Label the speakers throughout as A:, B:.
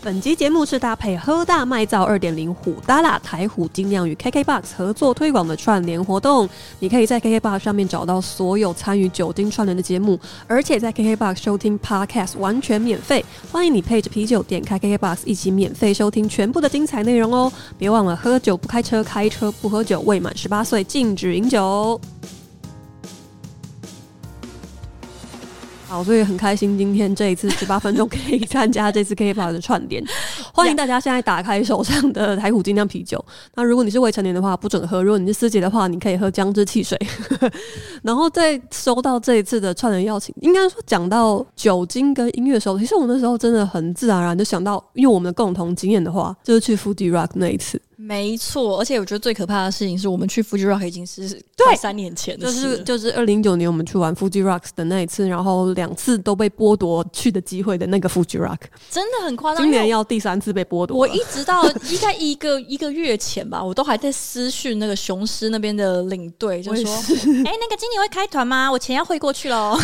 A: 本集节目是搭配喝大卖造二点零虎达拉台虎精酿与 KKBOX 合作推广的串联活动。你可以在 KKBOX 上面找到所有参与酒精串联的节目，而且在 KKBOX 收听 Podcast 完全免费。欢迎你配着啤酒点开 KKBOX 一起免费收听全部的精彩内容哦！别忘了喝酒不开车，开车不喝酒，未满十八岁禁止饮酒。好，所以很开心，今天这一次十八分钟可以参加这次 K p o 的串联，欢迎大家现在打开手上的台虎精酿啤酒。那如果你是未成年的话，不准喝；如果你是师姐的话，你可以喝姜汁汽水。 然后在收到这一次的串联邀请，应该说讲到酒精跟音乐的时候，其实我那时候真的很自然而然就想到，因为我们的共同经验的话，就是去 Foodie Rock 那一次，
B: 没错，而且我觉得最可怕的事情是我们去 Fuji Rock 已经是
A: 对
B: 快三年前的
A: 就
B: 事
A: 是
B: 了，
A: 就是二零一九年我们去玩 Fuji Rocks 的那一次，然后两次都被剥夺去的机会的那个 Fuji Rock。
B: 真的很夸张。
A: 今年
B: 因为
A: 要第三次被剥夺
B: 我
A: 了。
B: 一直到应该一个一个月前吧，我都还在私讯那个雄狮那边的领队，就
A: 我也
B: 说：“哎、那个经理会开团吗？我钱要汇过去喽。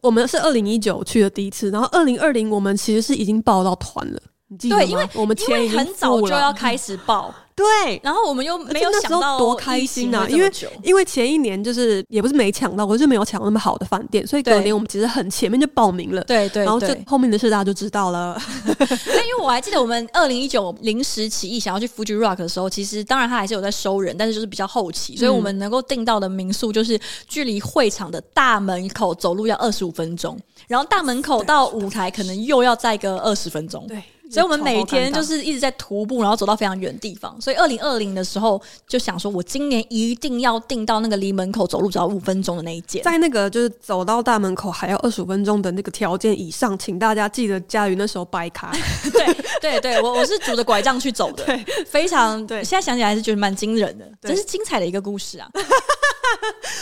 A: 我们是二零一九去的第一次，然后二零二零我们其实是已经报到团了，你记得吗？
B: 对因为
A: 我们”
B: 因
A: 钱已
B: 为
A: 经
B: 很早
A: 付
B: 就
A: 了
B: 要开始报，
A: 对。
B: 然后我们又没有
A: 而且那
B: 想
A: 时候
B: 到
A: 多开心啊
B: 疫情会这么
A: 为
B: 久
A: 因为前一年就是也不是没抢到，我就没有抢到那么好的饭店，所以隔
B: 对
A: 年我们其实很前面就报名了，
B: 对对
A: 然后就
B: 对，
A: 后面的事大家就知道了。
B: 那因为我还记得我们二零一九临时起意想要去 Fuji Rock 的时候，其实当然他还是有在收人，但是就是比较后
A: 嗯
B: 期，所以我们能够订到的民宿就是距离会场的大门口走路要二十五分钟，然后大门口到舞台可能又要再个二十分钟。
A: 对，
B: 所以我们每天就
A: 超尴尬
B: 是一直在徒步，然后走到非常远的地方。所以二零二零的时候就想说，我今年一定要订到那个离门口走路只要五分钟的那一间。
A: 在那个就是走到大门口还要二十五分钟的那个条件以上，请大家记得佳瑜那时候掰卡，
B: 对对对，我我是拄着拐杖去走的，非常
A: 对
B: 现在想起来还是觉得蛮惊人的，
A: 对
B: 真是精彩的一个故 事啊！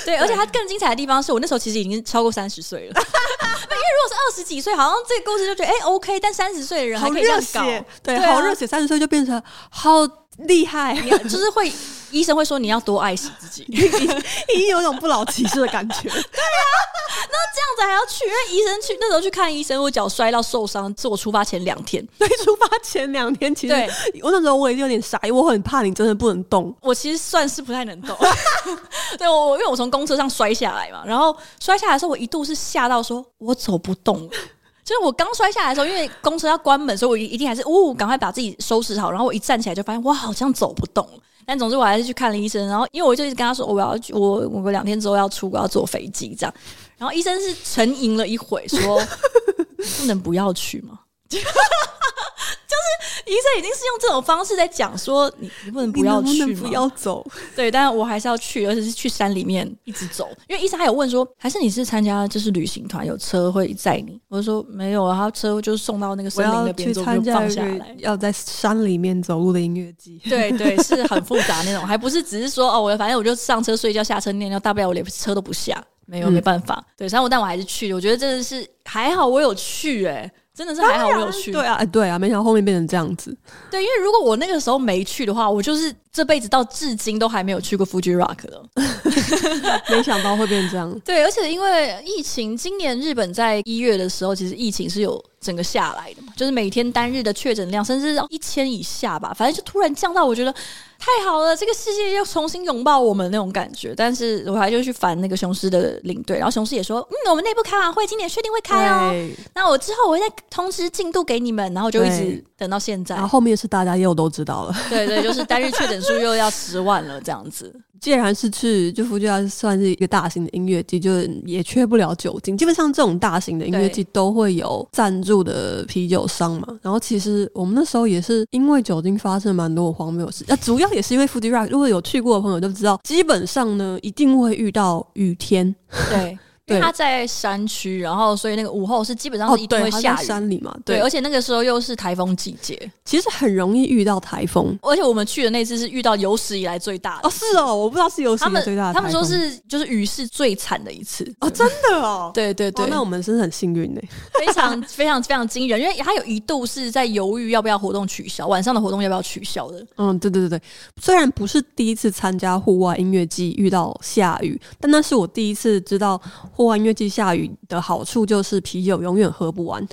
B: 对，而且它更精彩的地方是我那时候其实已经超过三 十岁了，因为如果是二十几岁，好像这个故事就觉得哎、OK，但三十岁的人还
A: 好
B: 可以这
A: 热
B: 样
A: 血
B: 搞，，
A: 对，
B: 对啊
A: 好热血，三十岁就变成好厉 害，
B: 你要就是会医生会说你要多爱惜自己，这样
A: 已经有种不老骑士的感觉。
B: 子还要去，因为医生去那时候去看医生，我脚摔到受伤，是我出发前两天，
A: 对，出发前两天，其实
B: 对
A: 我那时候我也有点傻，因为我很怕你真的不能动。
B: 我其实算是不太 能动， 对我，我因为我从公车上摔下来嘛，然后摔下来的时候，我一度是吓到说，我走不动了。就是我刚摔下来的时候，因为公车要关门，所以我一定还是呜，赶快把自己收拾好。然后我一站起来就发现，我好像走不动了。但总之我还是去看了医生，然后因为我就一直跟他说，我要去我我两天之后要出国，要坐飞机这样。然后医生是沉吟了一会，说不能不要去吗？ 就是医生已经是用这种方式在讲说，你你不能不要
A: 你
B: 去
A: 能
B: 吗？
A: 不能不要走？
B: 对，但我还是要去，而且是去山里面一直走。因为医生还有问说，还是你是参加就是旅行团，有车会载你？我就说没有啊，他车就送到那个
A: 我
B: 森林
A: 要去
B: 那边，就
A: 参
B: 就
A: 加
B: 放
A: 一
B: 下
A: 个
B: 来。
A: 要在山里面走路的音乐季。
B: 对对，是很复杂那种，还不是只是说哦，我反正我就上车睡觉，下车尿尿，大不了我连车都不下，没有、
A: 嗯
B: 没办法。对，然后但我还是去，我觉得真的是还好我有去、哎，真的是还好我有去。
A: 对啊，对啊，没想到后面变成这样 子。
B: 对，因为如果我那个时候没去的话，我就是这辈子到至今都还没有去过 Fuji Rock 的。
A: 没想到会变成这样。
B: 对，而且因为疫情，今年日本在一月的时候，其实疫情是有整个下来的嘛，就是每天单日的确诊量甚至到一千以下吧，反正就突然降到我觉得太好了，这个世界又重新拥抱我们那种感觉。但是我还就去烦那个雄狮的领队，然后雄狮也说，嗯，我们内部开完会，今年确定会开哦，
A: 对，
B: 那我之后我会再通知进度给你们，然后就一直
A: 对哦
B: 等到现在
A: 然后。后面是大家又都知道了。
B: 对对，就是单日确诊数又要十万了这样子。
A: 既然是去，就福建算是一个大型的音乐季，就是也缺不了酒精。基本上这种大型的音乐季都会有赞助的啤酒商嘛。然后其实我们那时候也是因为酒精发生蛮多的荒谬事，那、主要也是因为 Fuji Rock。如果有去过的朋友就知道，基本上呢一定会遇到雨天。
B: 对。因
A: 对
B: 为它在山区，然后所以那个午后是基本上
A: 哦
B: 是一，定
A: 对，
B: 会
A: 它
B: 下
A: 在
B: 雨
A: 山里嘛，
B: 对，
A: 对，
B: 而且那个时候又是台风季节，
A: 其实很容易遇到台风。
B: 而且我们去的那次是遇到有史以来最大的。
A: 哦，是哦，我不知道是有什
B: 他
A: 么
B: 们
A: 最大的
B: 他们
A: 台风
B: 说是就是雨是最惨的一 次
A: 哦，真的哦，
B: 对对对
A: 哦，，那我们真的很幸运呢。
B: 非常非常非常惊人，因为他有一度是在犹豫要不要活动取消，晚上的活动要不要取 消的。
A: 嗯，对对对对，虽然不是第一次参加户外音乐季遇到下雨，但那是我第一次知道户外音乐季下雨的好处就是啤酒永远喝不完，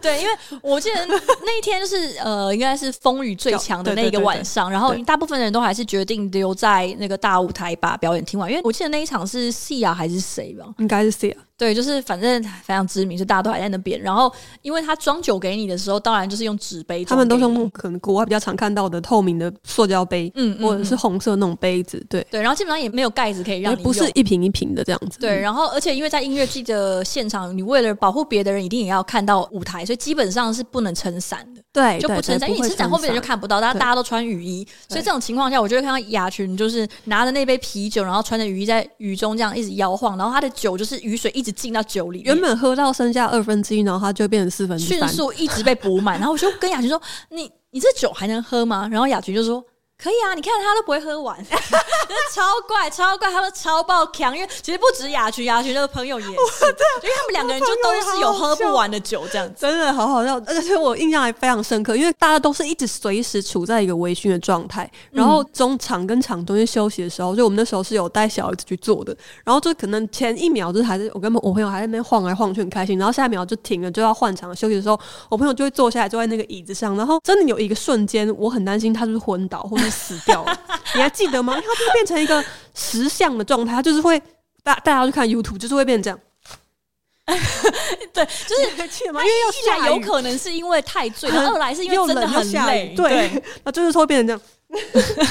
B: 对，因为我记得那一天就是呃，应该是风雨最强的那一个晚上，然后
A: 对
B: 大部分人都还是决定留在那个大舞台把表演听完，因为我记得那一场是细雅还是谁吧？
A: 应该是 C 啊，
B: 对，就是反正非常知名，就大家都还在那边。然后因为他装酒给你的时候，当然就是用纸杯
A: 他
B: 装
A: 们
B: 给你，
A: 都是用那种可能国外比较常看到的透明的塑胶杯，
B: 嗯，嗯
A: 或者是
B: 嗯
A: 红色那种杯子，对，
B: 对，然后基本上也没有盖子可以让
A: 而
B: 你
A: 不
B: 用
A: 是一瓶一瓶的这样子，
B: 对，，然后而且因为在音乐季的现场，你为了保护别的人，一定也要看到舞台，所以基本上是不能撑伞的，
A: 对，
B: 就不
A: 对
B: 撑伞，因为你撑伞后面人就。看不到，大家
A: 对
B: 大家都穿雨衣，所以这种情况下，我就会看到雅群就是拿着那杯啤酒，然后穿着雨衣在雨中这样一直摇晃，然后他的酒就是雨水一直进到酒里面
A: 原本喝到剩下二分之一，然后它就变成四分之
B: 迅
A: 三。
B: 速一直被补满，然后我就跟雅群说：“你你这酒还能喝吗？”然后雅群就说。可以啊，你看他都不会喝完， 真的超怪超怪，他们超爆强，因为其实不止雅群，雅群的朋友也是，因为他们两个人就都是有喝不完的酒这样子。
A: 真的好好笑，而且我印象还非常深刻，因为大家都是一直随时处在一个微醺的状态，然后中场跟场中间休息的时候，就我们那时候是有带小儿子去做的，然后就可能前一秒就是还是我跟我朋友还在那边晃来晃去很开心，然后下一秒就停了，就要换场休息的时候，我朋友就会坐下来坐在那个椅子上，然后真的有一个瞬间，我很担心他就是昏倒或是死掉了，你还记得吗？因为他就是变成一个石像的状态，他就是会大大家去看 YouTube，就是会变成这样，
B: 对，就
A: 你
B: 是
A: 还记得吗？
B: 他
A: 因为要
B: 一
A: 下
B: 来有
A: 雨
B: 可能是因为太醉，
A: 很
B: 然后二来是因
A: 又
B: 为真
A: 冷
B: 的
A: 又
B: 很
A: 下
B: 累
A: 雨，，对，那就是说会变成这样。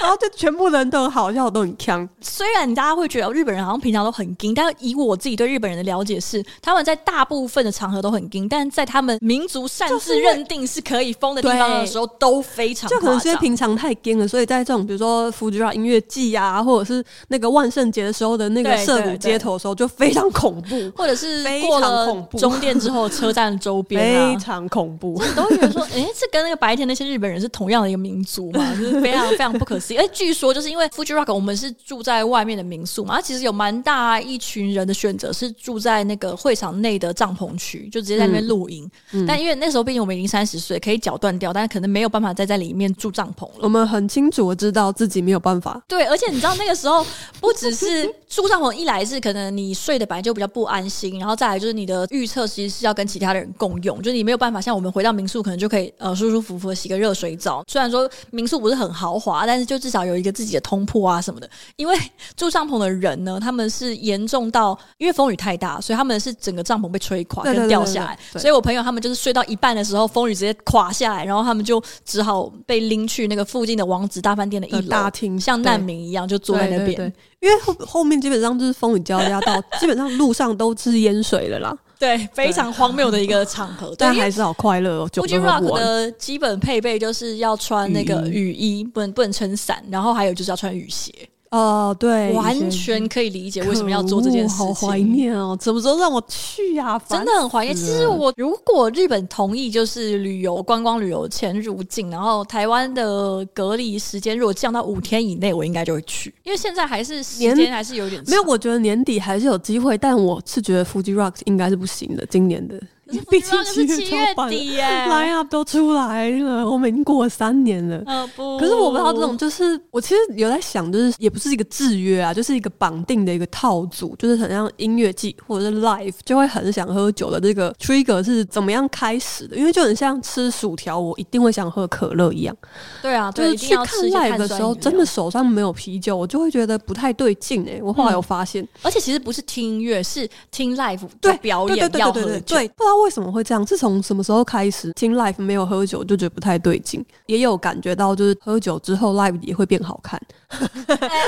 A: 然后就全部人都很好笑，都很强，
B: 虽然大家会觉得日本人好像平常都很硬，但以我自己对日本人的了解是，他们在大部分的场合都很硬，但在他们民族擅自认定是可以疯的地方的时候，都非常
A: 就可
B: 夸
A: 能是因为
B: 张。
A: 平常太干了，所以在这种比如说 Fuji 音乐季啊，或者是那个万圣节的时候的那个
B: 对
A: 涩
B: 对
A: 谷
B: 对
A: 街头的时候，就非常恐怖，
B: 或者是
A: 非常
B: 过了
A: 恐怖
B: 终点之后，车站周边啊
A: 非，常恐怖。
B: 你都会觉得说，哎、这跟那个白天那些日本人是同样的一个民族嘛，就是非常非常不可思议。而据说就是因为 Fuji Rock，我们是住在外面的民宿嘛，它其实有蛮大一群人的选择是住在那个会场内的帐篷区，就直接在那边露营。但因为那时候毕竟我们已经三十岁，可以脚断掉，但是可能没有办法再在里面住帐篷了。
A: 我们很清楚的知道自己没有办法，
B: 对，而且你知道那个时候不只是住帐篷，一来是可能你睡的本来就比较不安心，然后再来就是你的预测其实是要跟其他的人共用，就是你没有办法像我们回到民宿可能就可以呃舒舒服服的洗个热水澡。虽然说民宿不是很豪华，但是就至少有一个自己的通铺啊什么的。因为住帐篷的人呢，他们是严重到因为风雨太大，所以他们是整个帐篷被吹垮
A: 对对
B: 跟
A: 对
B: 掉
A: 对
B: 下
A: 对
B: 来。
A: 对
B: 所以我朋友他们就是睡到一半的时候，风雨直接垮下来，然后他们就只好被拎去那个附近的王子大饭店的一
A: 的
B: 楼
A: 呃大厅
B: 像
A: 对
B: 难民一样就坐在那边。
A: 对对对因为后后面基本上就是风雨交加到，基本上路上都是淹水了啦，
B: 对，非常荒谬的一个场合。对，
A: 但
B: 因为
A: 还是好快乐哦，酒
B: Fuji
A: 都喝不
B: Rock
A: 完。
B: 的基本配备就是要穿那个雨衣，不能不能撑伞，然后还有就是要穿雨鞋。
A: 哦，对，以
B: 完
A: 前
B: 全可以理解为什么要做这件事
A: 可恶
B: 情。
A: 好怀念啊哦！什么时候让我去呀、烦
B: 真的很怀念。
A: 死
B: 其
A: 了
B: 实我如果日本同意就是旅游观光旅游前入境，然后台湾的隔离时间如果降到五天以内，我应该就会去，因为现在还是时间
A: 年
B: 还是有点长
A: 没有，。我觉得年底还是有机会，但我是觉得 Fuji Rock 应该是不行的，今年的
B: 可是，
A: 毕
B: Fuji
A: 竟
B: Rock 是
A: 七
B: 七月
A: 就办了
B: 底耶、
A: ，line up 都出来了，我们已经过了三年了。
B: 呃不，
A: 可是我不知道这种，就是我其实有在想，就是也不是一个制约啊，就是一个绑定的一个套组，就是很像音乐季或者是 live 就会很想喝酒的这个 trigger 是怎么样开始的？因为就很像吃薯条，我一定会想喝可乐一样。
B: 对啊，
A: 就
B: 对，
A: 是
B: 一定
A: 去
B: 要
A: 看
B: 吃一些
A: live
B: 碳
A: 的
B: 酸
A: 时候，
B: 饮料嗯
A: 真的，手上没有啤酒，我就会觉得不太对劲哎、我后来有发现，
B: 而且其实不是听音乐，是听 live 的
A: 对
B: 表
A: 对对
B: 演
A: 对
B: 要
A: 对
B: 喝
A: 对对
B: 酒。
A: 对，不知道为什么会这样。自从什么时候开始听 live 没有喝酒，就觉得不太对劲，也有感觉到就是喝酒之后 live 也会变好 看。
B: 哎、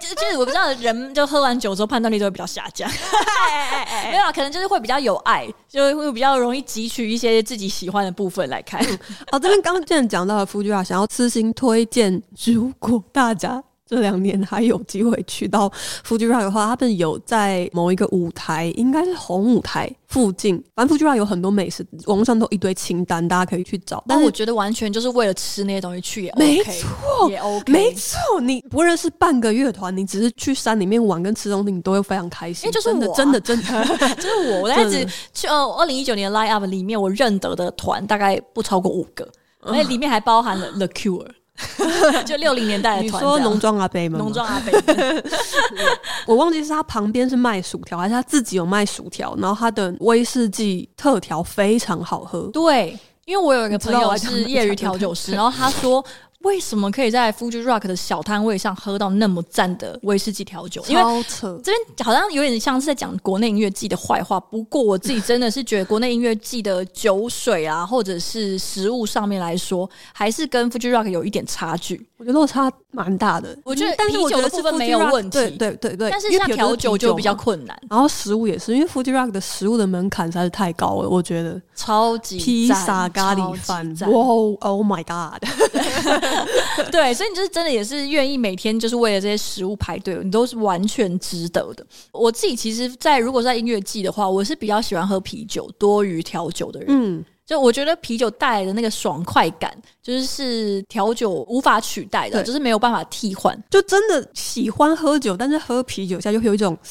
B: 就就是我不知道，人就喝完酒之后判断力都会比较下
A: 哎
B: 降。没有啊，可能就是会比较有爱，就会比较容易汲取一些自己喜欢的部分来看。
A: 哦，这边刚刚既然讲到了 Fuji Rock，想要私心推荐，如果大家。这两年还有机会去到 Fuji Rock 的话，他们有在某一个舞台，应该是红舞台附近，反正 Fuji Rock 有很多美食，网络上都有一堆清单，大家可以去找。但
B: 但
A: 是
B: 我觉得完全就是为了吃那些东西去也哦 OK，
A: 没
B: 也 OK，
A: 没错，你不认识半个乐团，你只是去山里面玩跟吃东西，你都会非常开心。
B: 因为就是
A: 真的，
B: 我啊
A: 真的，真 的，
B: 就是我，我在
A: 真
B: 只去呃二零一九年 Line
A: 嗯
B: 哎 Up 里面，我认得的团大概不超过五个，而且里面还包含了 The Cure。就六零年代的
A: 你
B: 团
A: 说
B: 这样
A: 农庄阿贝吗？
B: 农庄阿北，
A: 我忘记是他旁边是卖薯条，还是他自己有卖薯条，然后他的威士忌特调非常好喝。
B: 对，因为我有一个
A: 知
B: 朋
A: 道我在
B: 友
A: 讲
B: 是
A: 哪一
B: 业余
A: 家
B: 调
A: 对
B: 酒师，然后他说。为什么可以在 Fuji Rock 的小摊位上喝到那么赞的威士忌调酒？因为
A: 超扯，
B: 这边好像有点像是在讲国内音乐季的坏话，不过我自己真的是觉得国内音乐季的酒水啊，或者是食物上面来说，还是跟 Fuji Rock 有一点差距。
A: 我觉得落差蛮大的。
B: 我觉得
A: 嗯但是我觉得
B: 啤酒的
A: 是
B: 部分没有
A: Fuji Rock-
B: 问题
A: 对对对对。
B: 但是
A: 因为
B: 像
A: 啤
B: 调酒
A: 就
B: 就是比
A: 啤
B: 较
A: 嘛，
B: 困难，
A: 然后食物也是，因为 Fuji Rock 的食物的门槛实在是太高了，我觉得
B: 超级
A: 披
B: 赞
A: 萨、咖喱
B: 超级
A: 饭，
B: 赞
A: 哇哦，Oh my God！
B: 对，所以你就是真的也是愿意每天就是为了这些食物排队，你都是完全值得的。我自己其实在，如果在音乐季的话，我是比较喜欢喝啤酒多于调酒的人。
A: 嗯，
B: 就我觉得啤酒带来的那个爽快感，就是是调酒无法取代的，
A: 对
B: 就是没有办法替换。
A: 就真的喜欢喝酒，但是喝啤酒下就会有一种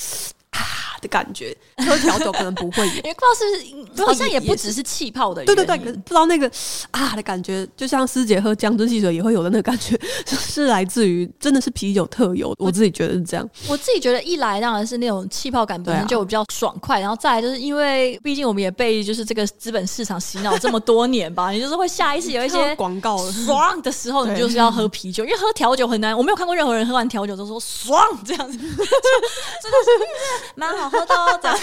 A: 啊的感觉，喝调酒可能不会有。
B: 因为不知道是不是
A: 对
B: 好像也
A: 也
B: 不只是气泡的原
A: 对
B: 因，
A: 对对，可是不知道那个 啊的感觉，就像师姐喝姜汁汽水也会有的那个感觉， 是是来自于真的是啤酒特有，我自己觉得是这样。
B: 我自己觉得，一来当然是那种气泡感本身
A: 对啊
B: 就比较爽快，然后再来就是因为毕竟我们也被就是这个资本市场洗脑这么多年吧，你就是会下意识有一
A: 看到
B: 些
A: 广告了，
B: 爽的时候，你
A: 对
B: 就是要喝啤酒，因为喝调酒很难。我没有看过任何人喝完调酒都说爽这样子， 就真的是嗯蛮好喝的哦。这样，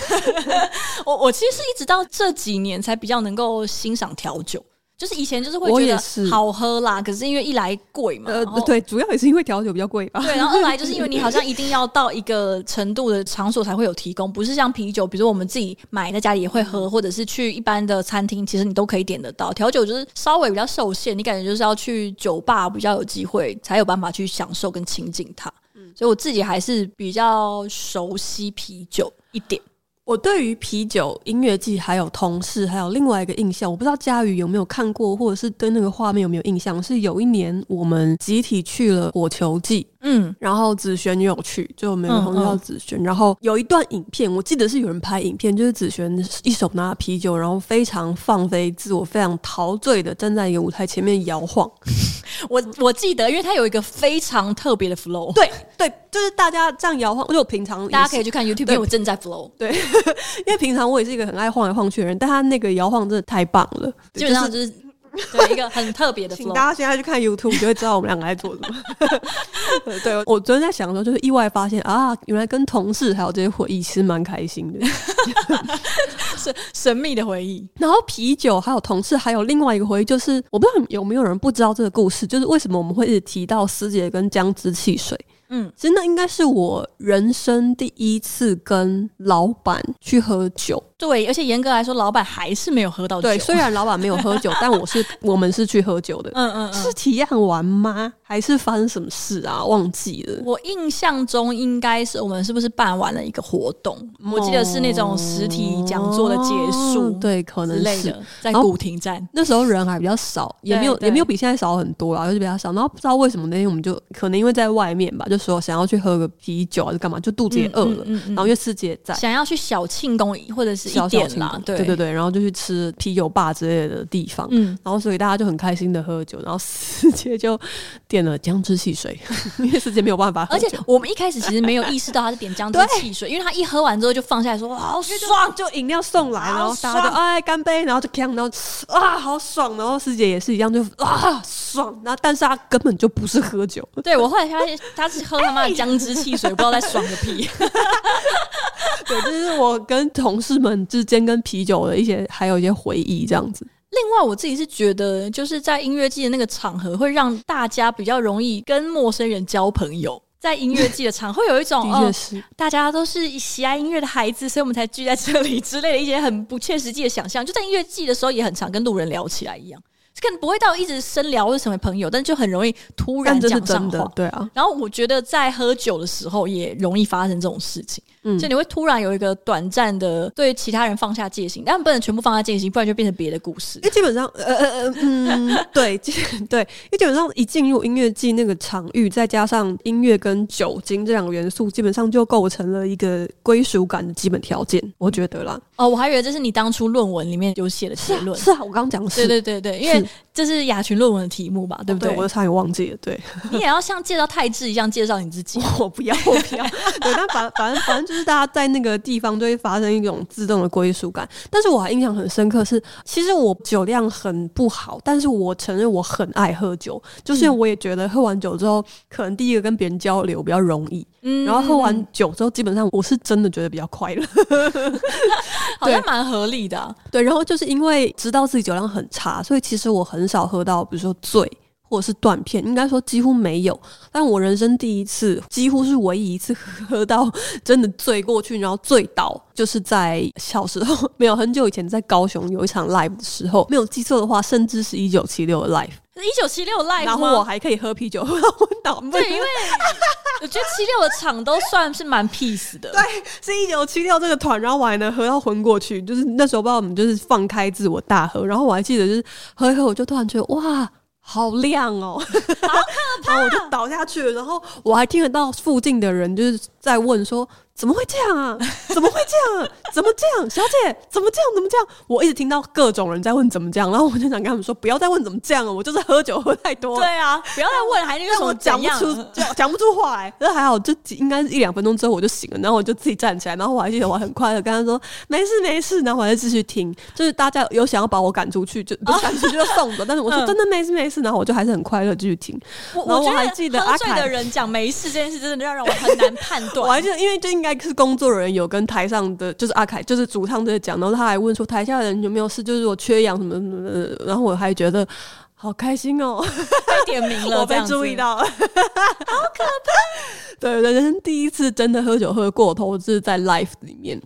B: 我我其实是一直到这几年才比较能够欣赏调酒。就是以前就是会
A: 我
B: 觉
A: 也
B: 得
A: 是
B: 好喝啦，可是因为一来贵嘛，
A: 呃
B: 然后，
A: 对，主要也是因为调酒比较贵吧。
B: 对，然后二来就是因 为你好像一定要到一个程度的场所才会有提供，不是像啤酒，比如说我们自己买在家里也会喝，或者是去一般的餐厅，其实你都可以点得到。调酒就是稍微比较受限，你感觉就是要去酒吧比较有机会才有办法去享受跟亲近它。
A: 嗯
B: 所以我自己还是比较熟悉啤酒一点。
A: 我对于啤酒、音乐季还有同事，还有另外一个印象，我不知道佳宇有没有看过，或者是对那个画面有没有印象？是有一年我们集体去了火球季，
B: 嗯，
A: 然后子璇也有去，就我们有个同事叫子璇，然后有一段影片，我记得是有人拍影片，就是子璇一手拿啤酒，然后非常放飞自我，非常陶醉的站在一个舞台前面摇 晃。
B: 我我记得，因为它有一个非常特别的 flow，
A: 对对，就是大家这样摇晃，因为我平常也是
B: 大家可以去看 YouTube，因
A: 对
B: 为我正在 flow。
A: 因为平常我也是一个很爱晃来晃去的人，但他那个摇晃真的太棒了，
B: 基本上
A: 就是。
B: 就是对一个很特别的 flow，
A: 请大家现在去看 YouTube，你就会知道我们两个在做什么。 对，我昨天在想的时候，就是意外发现啊，原来跟同事还有这些回忆其实蛮开心的。
B: 神神秘的回忆。
A: 然后啤酒还有同事，还有另外一个回忆，就是我不知道有没有人不知道这个故事，就是为什么我们会一直提到师姐跟姜汁汽水。
B: 嗯，
A: 其实那应该是我人生第一次跟老板去喝酒。
B: 对，而且严格来说，老板还是没有 喝到酒。
A: 对，虽然老板没有喝 酒，但我是我们是去喝酒的。
B: 嗯嗯
A: 是
B: 嗯，
A: 体验完吗？还是发生什么事啊？忘记了。
B: 我印象中应该是我们是不是办完了一个活动？我记得是那种实体讲座的结束，
A: 哦，对，可
B: 哦之
A: 能
B: 类
A: 是。
B: 的，在
A: 然后
B: 古亭站。
A: 那时候人还比较少，也没有
B: 对对
A: 也没有比现在少很多啦，就是比较少。然后不知道为什么那天我们就可能因为在外面吧，就说想要去喝个啤酒还是干嘛，就肚子也饿了，
B: 嗯嗯嗯
A: 然后因为师姐也在，
B: 想要去小庆功或者是一
A: 小小
B: 点
A: 庆
B: 啦
A: 功，
B: 对
A: 对对，对，然后就去吃啤酒吧之类的地方。
B: 嗯，
A: 然后，所以大家就很开心的喝酒，然后师姐就点了姜汁汽水， 因为师姐没有办法喝
B: 而
A: 酒，
B: 且我们一开始其实没有意识到他是点 姜汁汽水，因为他一喝完之后就放下来说：“哇，好爽！”
A: 就饮料送来，然后大家就哎干杯，然后就看，然后啊好爽，然后师姐也是一样就啊爽，然后但是她根本就不是喝酒，
B: 对我后来发现他是喝他妈的姜汁汽水，不知道在爽个屁。
A: 对，这是我跟同事们之间跟啤酒的一些，还有一些回忆这样子。
B: 另外，我自己是觉得，就是在音乐季的那个场合，会让大家比较容易跟陌生人交朋友。在音乐季的场合，会有一 种
A: 的确
B: 哦，
A: 是，
B: 大家都是喜爱音乐的孩子，所以我们才聚在这里之类的一些很不切实际的想象。就在音乐季的时候，也很常跟路人聊起来一样，可能不会到一直深聊或者成为朋友，但就很容易突然
A: 但这是
B: 讲上
A: 真的
B: 话，。
A: 对啊，
B: 然后我觉得在喝酒的时候也容易发生这种事情，
A: 嗯
B: 所以你会突然有一个短暂的对其他人放下戒心，但不能全部放下戒心，不然就变成别的故事
A: 因。为基本上，呃呃呃，嗯，对，基对，因为基本上一进入音乐季那个场域，再加上音乐跟酒精这两个元素，基本上就构成了一个归属感的基本条件，我觉得啦。
B: 哦，我还以为这是你当初论文里面有写的结论。
A: 是啊，我刚刚讲的是，
B: 对对对对，因为
A: 是
B: 这是雅群论文的题目吧？对不
A: 对？我都差点忘记了。对，
B: 你也要像介绍泰智一样介绍你自己。
A: 我不要，我不 要。对，但反反正反正就是大家在那个地方就会发生一种自动的归属感。但是我还印象很深刻是，其实我酒量很不好，但是我承认我很爱喝酒，就是
B: 嗯
A: 因为我也觉得喝完酒之后，可能第一个跟别人交流比较容易，
B: 嗯
A: 然后喝完酒之后，基本上我是真的觉得比较快乐。
B: 好像蛮合理的啊、
A: 对，然后就是因为知道自己酒量很差，所以其实我很少喝到，比如说醉或者是断片，应该说几乎没有。但我人生第一次，几乎是唯一一次 喝到真的醉过去，然后醉倒，就是在小时候 没有很久以前，在高雄有一场 live 的时候，没有记错的话，甚至是一九七六的 live，
B: 一九七六 live
A: 然后我
B: 吗？
A: 还可以喝啤酒 喝到昏倒，
B: 对， 因为我觉得七六的场都算是蛮 peace 的。对，
A: 是一九七六这个团，然后我还能喝到昏过去，就是那时候不知道我们就是放开自我大喝，然后我还记得就是喝一喝，我就突然觉得哇。好亮哦，然后我就倒下去了，然后我还听得到附近的人就是在问说：“怎么会这样啊？怎么会这样、啊？怎么这样？小姐，怎么这样？怎么这样？”我一直听到各种人在问怎么这样，然后我就想跟他们说：“不要再问怎么这样了，我就是喝酒喝太多了。”
B: 对啊，不要再问还是那
A: 但
B: 种
A: 我讲
B: 怎
A: 不
B: 样
A: 出讲讲不出话来，那还好，就几应该是一两分钟之后我就醒了，然后我就自己站起来，然后我还记得我很快的跟他说没事没事，然后我还是继续听，就是大家有想要把我赶出去就不是赶出去就送走，但是我说
B: 嗯
A: 真的没事没事，然后我就还是很快乐继续听，
B: 我
A: 然后
B: 觉
A: 我还记得
B: 喝
A: 阿
B: 醉
A: 凯
B: 的人讲没事这件事，真的要让我很难判
A: 我
B: 断。
A: 还记得因为就应该是工作人员有跟台上的就是阿凯就是主唱在讲，然后他还问说台下的人有没有事，就是我缺氧什么什么的，然后我还觉得好开心哦。
B: 被点名 了，
A: 我
B: 这
A: 被
B: 样子
A: 注意。 到了，好可怕！对，人生第一次真的喝酒喝过头，就是在 l i f e 里 面，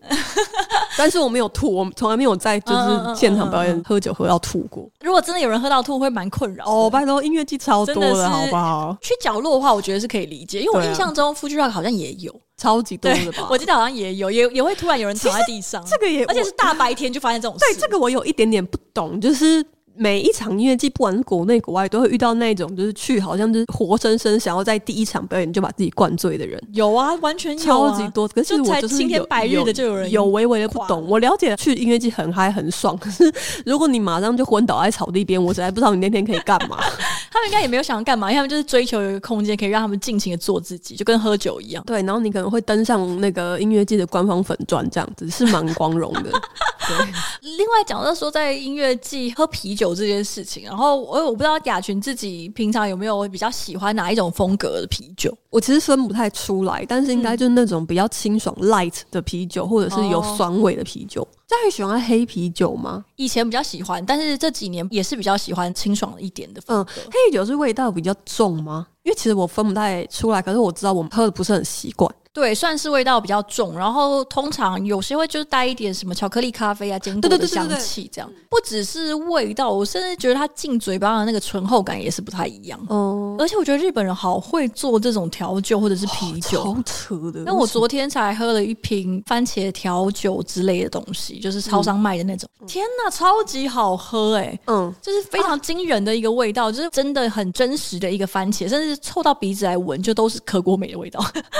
A: 但是我没有吐，我从来没有在就
B: 嗯嗯嗯
A: 是现场表演喝酒喝到吐过。
B: 如果真的有人喝到吐，会蛮困扰的。
A: 哦，拜托，音乐季超多
B: 真的是
A: 的好不好？
B: 去角落的话，我觉得是可以理解，因为我
A: 对啊
B: 印象中 Fuji Rock 好像也有，
A: 超级多的吧？
B: 我记得好像也有，也也会突然有人啊躺在地上，
A: 这个也，
B: 而且
A: 我
B: 是大白天就发现这种事。
A: 对这个我有一点点不懂，就是。每一场音乐季，不管是国内国外，都会遇到那种就是去好像就是活生生想要在第一场表演就把自己灌醉的人。
B: 有啊，完全有
A: 超
B: 啊
A: 级多，可是
B: 就
A: 我
B: 才
A: 就是
B: 晴天
A: 有
B: 白日
A: 有
B: 的就有人
A: 有微微的不
B: 垮
A: 懂。我了解去音乐季很嗨很爽，可是如果你马上就昏倒在草地边，我实在不知道你那天可以干嘛。
B: 他们应该也没有想要干嘛，因为他们就是追求有一个空间，可以让他们尽情的做自己，就跟喝酒一样。
A: 对，然后你可能会登上那个音乐季的官方粉钻，这样子是蛮光荣的。 对，
B: 另外讲到说，在音乐季喝啤酒这件事情，然后我我不知道雅群自己平常有没有比较喜欢哪一种风格的啤酒，
A: 我其实分不太出来，但是应该就是那种比较清爽 light 的啤酒，或者是有
B: 嗯哦
A: 酸味的啤酒。大家喜欢黑啤酒吗？
B: 以前比较喜欢，但是这几年也是比较喜欢清爽一点的风
A: 嗯
B: 格。，
A: 黑啤酒是味道比较重吗？因为其实我分不太出来，可是我知道我喝的不是很习惯。
B: 对，算是味道比较重，然后通常有些会就是带一点什么巧克力咖啡啊、坚果
A: 对对
B: 的
A: 对对
B: 香
A: 对
B: 气，这样不只是味道，我甚至觉得它进嘴巴的那个醇厚感也是不太一样。
A: 嗯，
B: 而且我觉得日本人好会做这种调酒或者是啤酒，
A: 好扯的。
B: 那我昨天才喝了一瓶番茄调酒之类的东西，就是超商卖的那种。天哪，超级好喝哎、
A: 嗯，
B: 就是非常惊人的一个味道，就是真的很真实的一个番茄，甚至凑到鼻子来闻，就都是可果美的味道。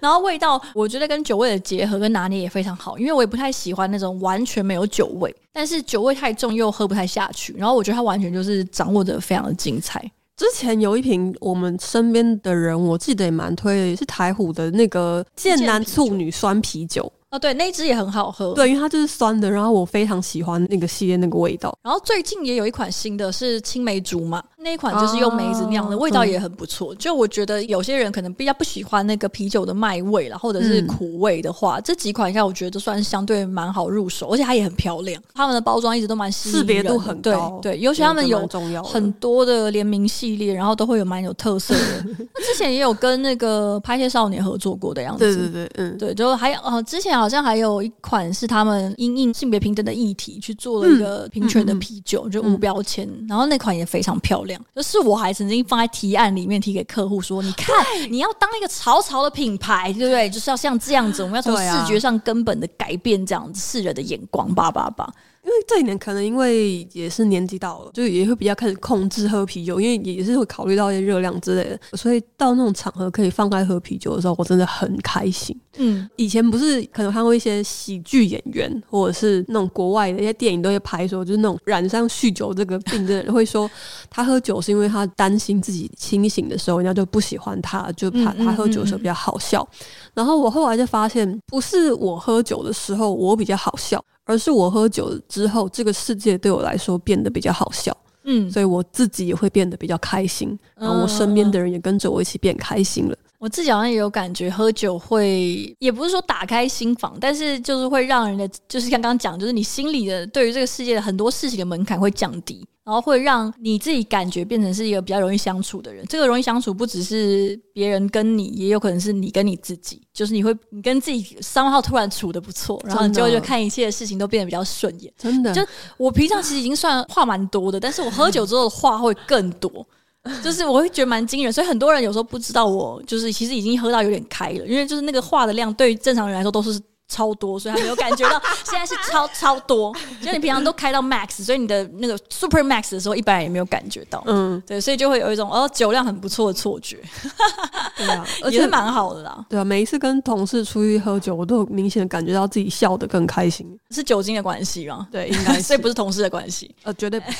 B: 然后味道，我觉得跟酒味的结合跟拿捏也非常好，因为我也不太喜欢那种完全没有酒味，但是酒味太重又喝不太下去。然后我觉得它完全就是掌握的非常的精彩。
A: 之前有一瓶我们身边的人，我记得也蛮推的，也是台虎的那个
B: 健
A: 剑
B: 啤酒
A: 南处女酸啤酒。
B: 哦，对，那一支也很好喝。
A: 对，因为它就是酸的，然后我非常喜欢那个系列那个味道。
B: 然后最近也有一款新的是青梅竹马，那一款就是用梅子酿的，
A: 哦
B: 味道也很不错。就我觉得有些人可能比较不喜欢那个啤酒的麦味啦，或者是
A: 嗯
B: 苦味的话，这几款应该我觉得都算是相对蛮好入手，而且它也很漂亮，他们的包装一直都蛮吸引人
A: 识
B: 的
A: 别度很高
B: 对对，尤其他们有
A: 蛮。重要的
B: 很多的联名系列，然后都会有蛮有特色 的。那之前也有跟那个拍戏少年合作过的样子，
A: 对对对，嗯，
B: 对，就还有呃，之前好像还有一款是他们因应性别平等的议题去做了一个平权的啤酒，就无标签，然后那款也非常漂亮。就是我还曾经放在提案里面提给客户说，你看你要当一个潮潮的品牌，对不对？就是要像这样子，我们要从
A: 对啊
B: 视觉上根本的改变这样子世人的眼光，叭叭叭。
A: 因为这几年可能因为也是年纪到了，就也会比较开始控制喝啤酒，因为也是会考虑到一些热量之类的，所以到那种场合可以放开喝啤酒的时候，我真的很开心。
B: 嗯，
A: 以前不是可能看过一些喜剧演员，或者是那种国外的一些电影都会拍说，就是那种染上酗酒这个病的人会说，他喝酒是因为他担心自己清醒的时候人家就不喜欢他，就他
B: 嗯嗯
A: 他喝酒的时候比较好笑。然后我后来就发现，不是我喝酒的时候我比较好笑，而是我喝酒之后，这个世界对我来说变得比较好笑。
B: 嗯，
A: 所以我自己也会变得比较开心，然后我身边的人也跟着我一起变开心了。
B: 我自己好像也有感觉，喝酒会也不是说打开心房，但是就是会让人的，就是像刚刚讲，就是你心里的对于这个世界的很多事情的门槛会降低，然后会让你自己感觉变成是一个比较容易相处的人。这个容易相处不只是别人跟你，也有可能是你跟你自己，就是你会你跟自己三号突然处的不错，然后你就会
A: 真的
B: 觉得看一切的事情都变得比较顺眼。
A: 嗯真的，
B: 就我平常其实已经算话蛮多的，但是我喝酒之后的话会更 多，就是我会觉得蛮惊人，所以很多人有时候不知道我就是其实已经喝到有点开了，因为就是那个话的量对于正常人来说都是。超多，所以还没有感觉到现在是超超多。 就你平常都开到 max，所以你的那个 super max 的时候，一般人也没有感觉到。
A: 嗯，
B: 对，所以就会有一种哦酒量很不错的错觉，
A: 对啊，而
B: 也
A: 且
B: 是蛮好的啦，
A: 对啊，每一次跟同事出去喝酒，我都有明显地感觉到自己笑得更开心。
B: 是酒精的关系吗？
A: 对，应该
B: 所以
A: 是
B: 不是同事的关系。
A: 呃，绝对不是。